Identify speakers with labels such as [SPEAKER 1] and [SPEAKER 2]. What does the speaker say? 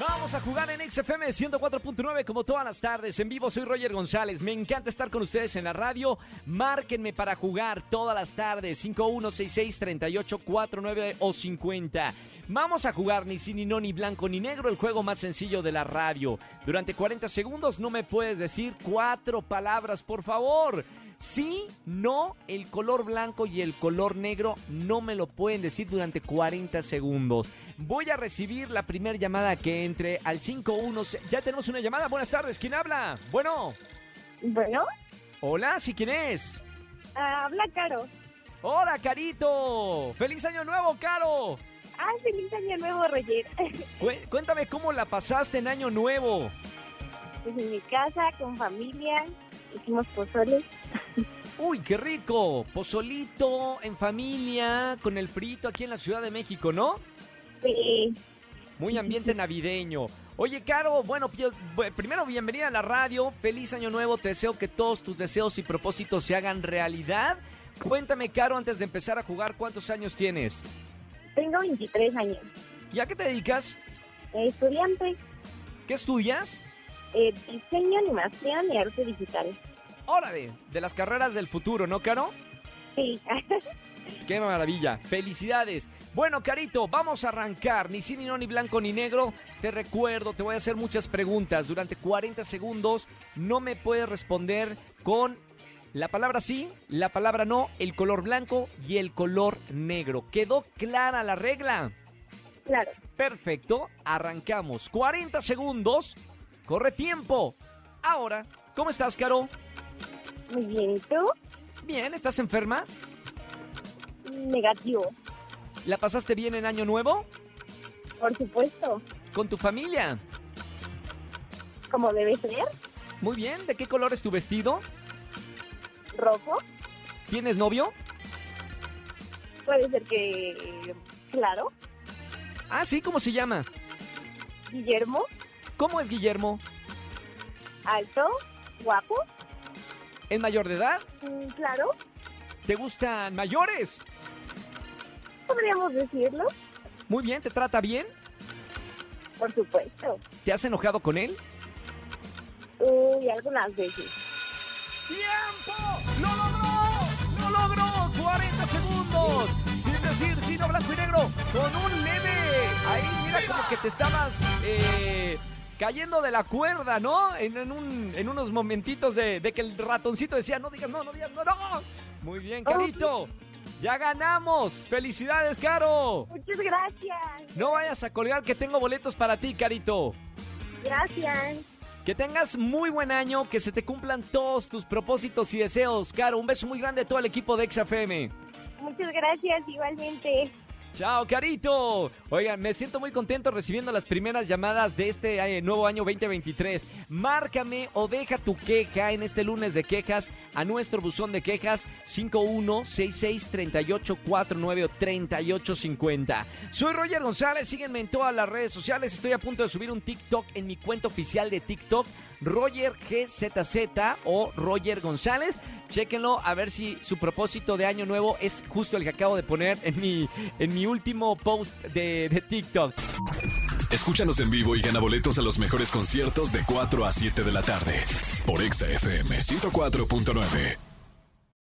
[SPEAKER 1] Vamos a jugar en XFM 104.9 como todas las tardes. En vivo soy Roger González. Me encanta estar con ustedes en la radio. Márquenme para jugar todas las tardes. 5166-3849 o 50. Vamos a jugar ni sin ni no, ni blanco, ni negro. El juego más sencillo de la radio. Durante 40 segundos no me puedes decir cuatro palabras, por favor. Sí, no, el color blanco y el color negro no me lo pueden decir durante 40 segundos. Voy a recibir la primera llamada que entre al 51. Ya tenemos una llamada. Buenas tardes, ¿quién habla? Bueno,
[SPEAKER 2] Bueno,
[SPEAKER 1] hola, ¿sí quién es?
[SPEAKER 2] ah, habla Caro.
[SPEAKER 1] Hola, Carito. Feliz año nuevo, Caro.
[SPEAKER 2] Ah, feliz año nuevo, Roger.
[SPEAKER 1] Cué- Cuéntame cómo la pasaste en año nuevo.
[SPEAKER 2] Pues en mi casa, con familia, hicimos pozoles.
[SPEAKER 1] Uy, qué rico. Pozolito, en familia, con el frito aquí en la Ciudad de México, ¿no?
[SPEAKER 2] Sí,
[SPEAKER 1] Muy ambiente navideño. Oye, Caro, bueno, pio- bu- primero bienvenida a la radio. Feliz año nuevo. Te deseo que todos tus deseos y propósitos se hagan realidad. Cuéntame, Caro, antes de empezar a jugar, ¿cuántos años tienes?
[SPEAKER 2] tengo 23 años.
[SPEAKER 1] ¿Y a qué te dedicas?
[SPEAKER 2] Eh, Estudiante,
[SPEAKER 1] ¿Qué estudias?
[SPEAKER 2] eh, diseño, animación y arte digital.
[SPEAKER 1] Órale, de las carreras del futuro, ¿no, Caro?
[SPEAKER 2] Sí,
[SPEAKER 1] Qué maravilla. Felicidades. Bueno, Carito, vamos a arrancar. Ni sí, ni no, ni blanco, ni negro. Te recuerdo, te voy a hacer muchas preguntas. Durante 40 segundos no me puedes responder con la palabra sí, la palabra no, el color blanco y el color negro. ¿Quedó clara la regla?
[SPEAKER 2] claro.
[SPEAKER 1] Perfecto. Arrancamos. 40 segundos. Corre tiempo. Ahora, ¿cómo estás, Caro?
[SPEAKER 2] Muy bien, ¿y tú?
[SPEAKER 1] Bien, ¿estás enferma?
[SPEAKER 2] Negativo,
[SPEAKER 1] ¿La pasaste bien en Año Nuevo?
[SPEAKER 2] por supuesto.
[SPEAKER 1] ¿Con tu familia?
[SPEAKER 2] Como debe ser,
[SPEAKER 1] Muy bien, ¿de qué color es tu vestido?
[SPEAKER 2] rojo.
[SPEAKER 1] ¿Tienes novio?
[SPEAKER 2] Puede ser que, claro,
[SPEAKER 1] Ah, sí, ¿cómo se llama?
[SPEAKER 2] Guillermo,
[SPEAKER 1] ¿Cómo es Guillermo?
[SPEAKER 2] alto, guapo,
[SPEAKER 1] ¿Es mayor de edad?
[SPEAKER 2] mm, claro,
[SPEAKER 1] ¿Te gustan mayores?
[SPEAKER 2] podríamos decirlo,
[SPEAKER 1] Muy bien, ¿te trata bien?
[SPEAKER 2] por supuesto.
[SPEAKER 1] ¿Te has enojado con él?
[SPEAKER 2] Uy, algunas veces.
[SPEAKER 1] ¡Tiempo! ¡Lo logró! ¡Lo logró! ¡40 segundos! Sin decir, sino blanco y negro, con un leve. Ahí, mira como que te estabas eh, cayendo de la cuerda, ¿no? En, en un- en unos momentitos de, de que el ratoncito decía, no digas, no, no digas, no, no. Muy bien, Carito. Ya ganamos. ¡Felicidades, Caro!
[SPEAKER 2] Muchas gracias.
[SPEAKER 1] No vayas a colgar que tengo boletos para ti, Carito.
[SPEAKER 2] Gracias.
[SPEAKER 1] Que tengas muy buen año, que se te cumplan todos tus propósitos y deseos. Caro, un beso muy grande a todo el equipo de XFM.
[SPEAKER 2] Muchas gracias igualmente.
[SPEAKER 1] Chao, Carito. Oigan, me siento muy contento recibiendo las primeras llamadas de este eh, nuevo año 2023. Márcame o deja tu queja en este lunes de quejas a nuestro buzón de quejas 5166-3849-3850. Soy Roger González, síguenme en todas las redes sociales. Estoy a punto de subir un TikTok en mi cuenta oficial de TikTok, Roger GZZ o Roger González. Chéquenlo a ver si su propósito de año nuevo es justo el que acabo de poner en mi, en mi último post de, de TikTok.
[SPEAKER 3] Escúchanos en vivo y gana boletos a los mejores conciertos de 4 a 7 de la tarde por Exa FM 104.9.